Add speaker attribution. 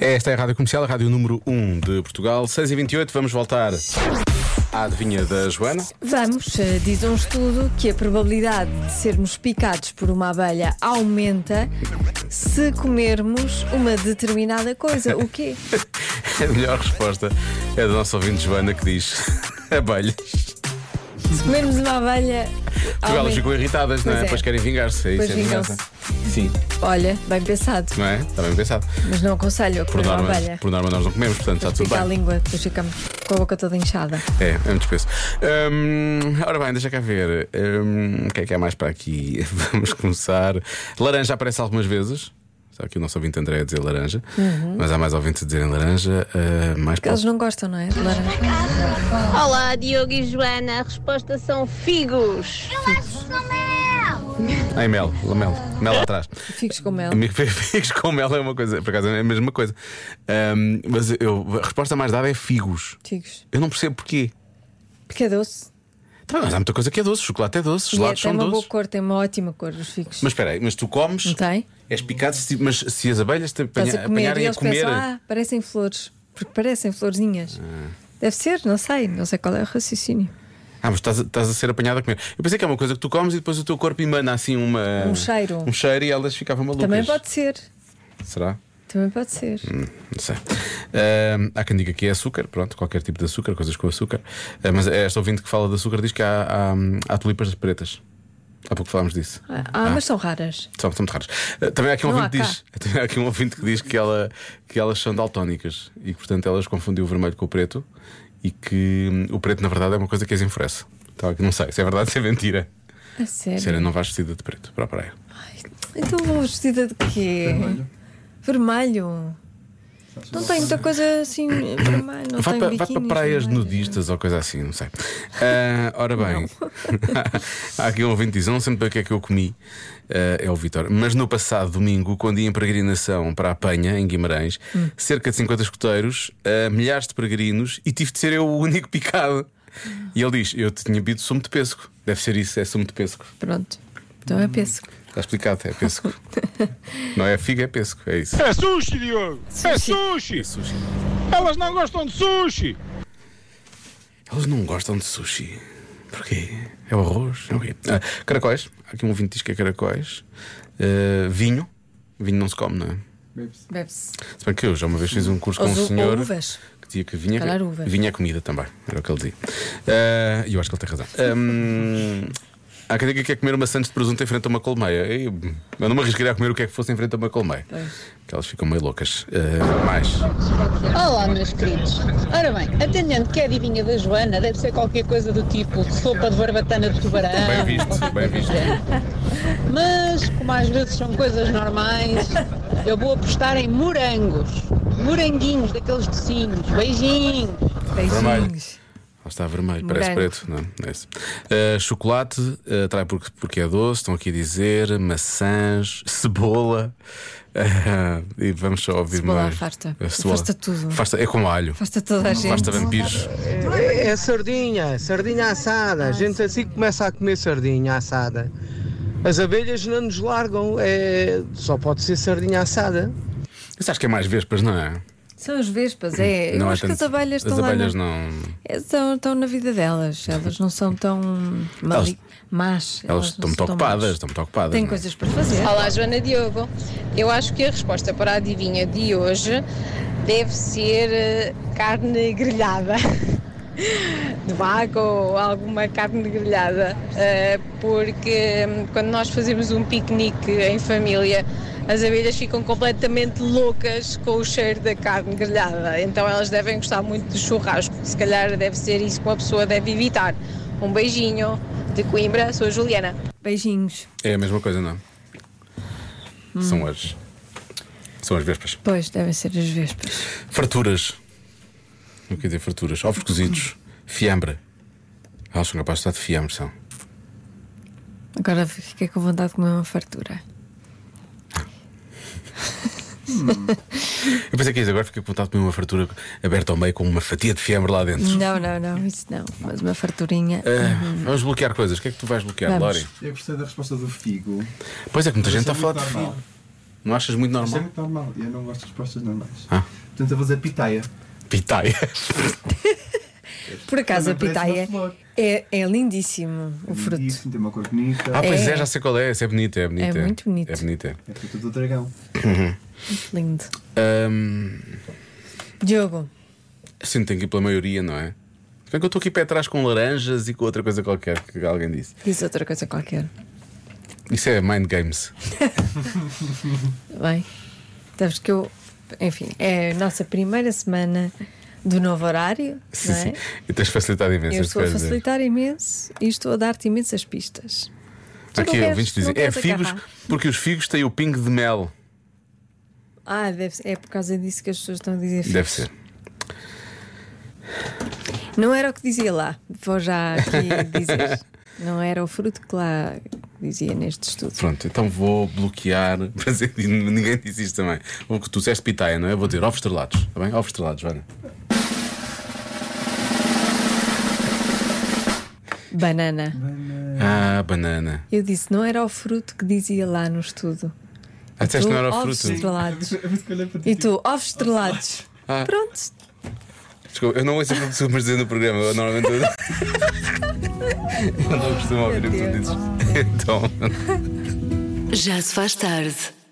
Speaker 1: Esta é a Rádio Comercial, a Rádio número 1 de Portugal. 6h28, vamos voltar à adivinha da Joana.
Speaker 2: Vamos, eh, diz um estudo que a probabilidade de sermos picados por uma abelha aumenta se comermos uma determinada coisa. O quê?
Speaker 1: A melhor resposta é da nossa ouvinte Joana que diz abelhas.
Speaker 2: Se comermos uma abelha.
Speaker 1: Porque elas
Speaker 2: aumenta-
Speaker 1: ficam irritadas, não é?
Speaker 2: Pois é.
Speaker 1: Pois querem vingar-se. É isso,
Speaker 2: Pois
Speaker 1: é vingança. Sim,
Speaker 2: Olha, bem pensado,
Speaker 1: não é? Está bem pensado.
Speaker 2: mas não aconselho a
Speaker 1: Por
Speaker 2: comer uma
Speaker 1: norma,
Speaker 2: abelha.
Speaker 1: por norma nós não comemos, portanto está tudo
Speaker 2: Fica a
Speaker 1: bem.
Speaker 2: língua, depois ficamos com a boca toda inchada.
Speaker 1: É, é muito espesso. Hum, ora bem, deixa cá ver. Hum, o que é que há mais para aqui? Vamos começar. Laranja aparece algumas vezes. Só que o nosso ouvinte André a dizer laranja.
Speaker 2: Uhum.
Speaker 1: Mas há mais ouvintes a dizerem laranja. Ah, mais
Speaker 2: Porque
Speaker 1: para...
Speaker 2: eles não gostam, não é? de laranja?
Speaker 3: Olá, Diogo e Joana. A resposta são figos.
Speaker 1: Ai, mel, mel, mel lá atrás.
Speaker 2: Figos com mel.
Speaker 1: Amigo, Figos com mel é uma coisa, por acaso é a mesma coisa. Hum, mas eu, a resposta mais dada é figos.
Speaker 2: Figos.
Speaker 1: Eu não percebo porquê.
Speaker 2: Porque é doce.
Speaker 1: Tá, mas há muita coisa que é doce. Chocolate é doce,
Speaker 2: E é,
Speaker 1: gelados
Speaker 2: tem
Speaker 1: são
Speaker 2: uma boa
Speaker 1: doces.
Speaker 2: cor, tem uma ótima cor os figos.
Speaker 1: Mas espera aí, mas tu comes,
Speaker 2: Não tem?
Speaker 1: és picado, se- mas se as abelhas te apanha-
Speaker 2: Estás a comer e
Speaker 1: apanharem a
Speaker 2: eles
Speaker 1: comer.
Speaker 2: pensam, ah, parecem flores. Porque parecem florzinhas. Deve ser, não sei. Não sei qual é o raciocínio.
Speaker 1: Ah, mas estás, a- estás a ser apanhado a comer. Eu pensei que é uma coisa que tu comes e depois o teu corpo emana assim uma,
Speaker 2: Um cheiro.
Speaker 1: Um cheiro e elas ficavam malucas.
Speaker 2: Também pode ser.
Speaker 1: Será?
Speaker 2: Também pode ser.
Speaker 1: Não sei. Ahm, há quem diga que é açúcar, pronto, qualquer tipo de açúcar, coisas com açúcar. Ah, mas esta ouvinte que fala de açúcar diz que há, há, há tulipas pretas. Há pouco falámos disso.
Speaker 2: Ah, ah, mas são raras.
Speaker 1: São, são muito raros. Ah, também há aqui um
Speaker 2: Não
Speaker 1: ouvinte que
Speaker 2: há
Speaker 1: diz, também há aqui um ouvinte que diz que, ela, que elas são daltónicas e que, portanto, elas confundiu o vermelho com o preto e que hum, o preto, na verdade, é uma coisa que as enfurece. Então, não sei se é verdade ou se é mentira.
Speaker 2: A sério.
Speaker 1: Sério, não vais vestida de preto para a praia.
Speaker 2: Então vou vestida de quê? Vermelho. Não tem muita coisa assim vermelho. Não
Speaker 1: Vai para,
Speaker 2: é? tem
Speaker 1: vai
Speaker 2: biquínis
Speaker 1: para praias
Speaker 2: vermelhos.
Speaker 1: nudistas ou coisa assim, não sei. Ah, ora bem, há aqui um ouvinte que diz: "Eu não sei muito bem o que é que eu comi, Ah, é o Vitor. Mas no passado domingo, quando ia em peregrinação para a Penha, em Guimarães,
Speaker 2: Hum.
Speaker 1: cerca de 50 escoteiros, ah, milhares de peregrinos, e tive de ser eu o único picado. E ele diz: Eu tinha bebido sumo de pesco. Deve ser isso, é sumo de pesco.
Speaker 2: Pronto. Então
Speaker 1: Hum.
Speaker 2: é pêssego.
Speaker 1: Está explicado, é pesco. não é figa, é pesco, é isso.
Speaker 4: É sushi, Diogo! É sushi!
Speaker 1: Sushi.
Speaker 4: Elas não gostam de sushi!
Speaker 1: Eles não gostam de sushi. Porquê? É o arroz? É o quê? Ah, caracóis. Há aqui um ouvinte que diz que é caracóis. Ah, vinho. Vinho não se come, não é?
Speaker 2: Bebe-se.
Speaker 1: Se bem que eu já uma vez fiz um curso com
Speaker 2: Ou,
Speaker 1: um
Speaker 2: zu-
Speaker 1: senhor
Speaker 2: ou uvas.
Speaker 1: que dizia que vinha,
Speaker 2: calhar uvas.
Speaker 1: vinha é comida também. Era o que ele dizia. Ah, E eu acho que ele tem razão. Hum, há quem diga que quer comer uma sandes de presunto em frente a uma colmeia. Eu eu não me arriscaria a comer o que é que fosse em frente a uma colmeia. Porque elas ficam meio loucas. Ah, mais.
Speaker 5: Olá, meus queridos. Ora bem, atendendo que é adivinha da Joana, deve ser qualquer coisa do tipo sopa de barbatana de tubarão.
Speaker 1: Bem visto, bem visto.
Speaker 5: Mas, como às vezes são coisas normais, eu vou apostar em morangos. Moranguinhos daqueles docinhos. Beijinhos.
Speaker 2: Beijinhos.
Speaker 1: Lá está vermelho, parece
Speaker 2: Morango.
Speaker 1: preto, não é? é isso. Ah, chocolate, ah, atrai porque, porque é doce, estão aqui a dizer, maçãs, cebola. Ah, e vamos só ouvir
Speaker 2: Cebola
Speaker 1: mais.
Speaker 2: afasta.
Speaker 1: A cebola.
Speaker 2: Afasta tudo.
Speaker 1: Afasta- é como alho.
Speaker 2: Faz-te a toda a gente.
Speaker 1: Afasta vampiros.
Speaker 6: É, é sardinha, sardinha assada. A gente assim começa a comer sardinha assada. As abelhas não nos largam, é... só pode ser sardinha assada.
Speaker 1: Isso acho que é mais vespas, não é?
Speaker 2: São as vespas, é.
Speaker 1: não
Speaker 2: eu
Speaker 1: é
Speaker 2: acho que as
Speaker 1: tanto-
Speaker 2: abelhas
Speaker 1: As
Speaker 2: estão lá.
Speaker 1: abelhas
Speaker 2: na-
Speaker 1: não.
Speaker 2: É, Estão, estão na vida delas. Elas não são tão mali... más.
Speaker 1: Elas estão
Speaker 2: não são
Speaker 1: muito
Speaker 2: tão
Speaker 1: ocupadas,
Speaker 2: más.
Speaker 1: estão muito ocupadas.
Speaker 2: Têm
Speaker 1: não é?
Speaker 2: coisas para fazer.
Speaker 3: Olá, Joana e Diogo. Eu acho que a resposta para a adivinha de hoje deve ser eh, carne grelhada. De vaca ou alguma carne grelhada, Eh, porque hum, quando nós fazemos um piquenique em família, as abelhas ficam completamente loucas com o cheiro da carne grelhada. Então elas devem gostar muito do churrasco. Se calhar deve ser isso que uma pessoa deve evitar. Um beijinho de Coimbra, sou a Juliana.
Speaker 2: Beijinhos.
Speaker 1: É a mesma coisa, não é?
Speaker 2: Hum.
Speaker 1: São as. São as vespas.
Speaker 2: Pois, devem ser as vespas.
Speaker 1: Farturas. Não quer dizer farturas. Ovos cozidos. Fiambre. Ah, são capazes de estar de fiambre, são.
Speaker 2: Agora fiquei com vontade de comer uma fartura.
Speaker 1: Eu pensei que é isso, agora fiquei com vontade de comer uma fartura aberta ao meio com uma fatia de fiambre lá dentro.
Speaker 2: Não, não, não, isso não. Mas uma farturinha.
Speaker 1: Ah, vamos bloquear coisas. O que é que tu vais bloquear,
Speaker 2: Uhum. Vamos.
Speaker 1: Lori?
Speaker 7: Eu gostei da resposta do figo.
Speaker 1: Pois é que muita gente
Speaker 7: Mas
Speaker 1: está a falar
Speaker 7: é muito
Speaker 1: de
Speaker 7: normal.
Speaker 1: figo. Não achas muito
Speaker 7: Isto é
Speaker 1: normal?
Speaker 7: muito normal e eu não gosto de respostas normais.
Speaker 1: Ah.
Speaker 7: Portanto, eu vou dizer pitaia.
Speaker 1: Pitaia.
Speaker 2: Por acaso a
Speaker 7: Também parece
Speaker 2: pitaia
Speaker 7: uma flor.
Speaker 2: é, é lindíssimo o fruto.
Speaker 7: Isso, tem uma cor bonita.
Speaker 1: Ah, pois é.
Speaker 2: É.
Speaker 1: já sei qual é. Esse é bonito, é bonito.
Speaker 2: É muito bonito.
Speaker 1: É bonito, é.
Speaker 7: É fruta do dragão.
Speaker 2: Lindo.
Speaker 1: Ahm,
Speaker 2: Diogo,
Speaker 1: Sim, tem que ir pela maioria, não é? Se bem que eu estou aqui para trás com laranjas e com outra coisa qualquer que alguém disse.
Speaker 2: diz outra coisa qualquer.
Speaker 1: Isso é Mind Games.
Speaker 2: Bem, sabes que eu. Enfim, é a nossa primeira semana do novo horário,
Speaker 1: Sim,
Speaker 2: não é?
Speaker 1: sim. E tens facilitado imenso
Speaker 2: Eu
Speaker 1: as
Speaker 2: estou a
Speaker 1: coisas.
Speaker 2: facilitar imenso e estou a dar-te imensas pistas. Tu não
Speaker 1: Aqui
Speaker 2: queres-
Speaker 1: ouvintes
Speaker 2: não
Speaker 1: dizem: é
Speaker 2: queres
Speaker 1: figos,
Speaker 2: agarrar.
Speaker 1: porque os figos têm o pingo de mel.
Speaker 2: Ah, deve ser- é por causa disso que as pessoas estão a dizer figos.
Speaker 1: Deve ser.
Speaker 2: Não era o que dizia lá, vou já aqui dizer. Não era o fruto que lá dizia neste estudo.
Speaker 1: Pronto, então vou bloquear. Fazer- Ninguém disse isto também. O que tu disseste pitaia, não é? Vou ter ovos estrelados. Está bem? Ovos estrelados, Joana.
Speaker 2: Banana.
Speaker 1: Ah, banana.
Speaker 2: Eu disse, não era o fruto que dizia lá no estudo.
Speaker 1: Ah, disseste que não era o
Speaker 2: Tu, ovos
Speaker 1: fruto.
Speaker 2: estrelados.
Speaker 7: Eu vou escolher para
Speaker 2: E tu, ovos estrelados.
Speaker 1: Ah.
Speaker 2: Pronto,
Speaker 1: Desculpa, eu não ouço o que costumas dizer no programa. Eu normalmente. Eu não costumo ouvir o que tu dizes. Então.
Speaker 8: Já se faz tarde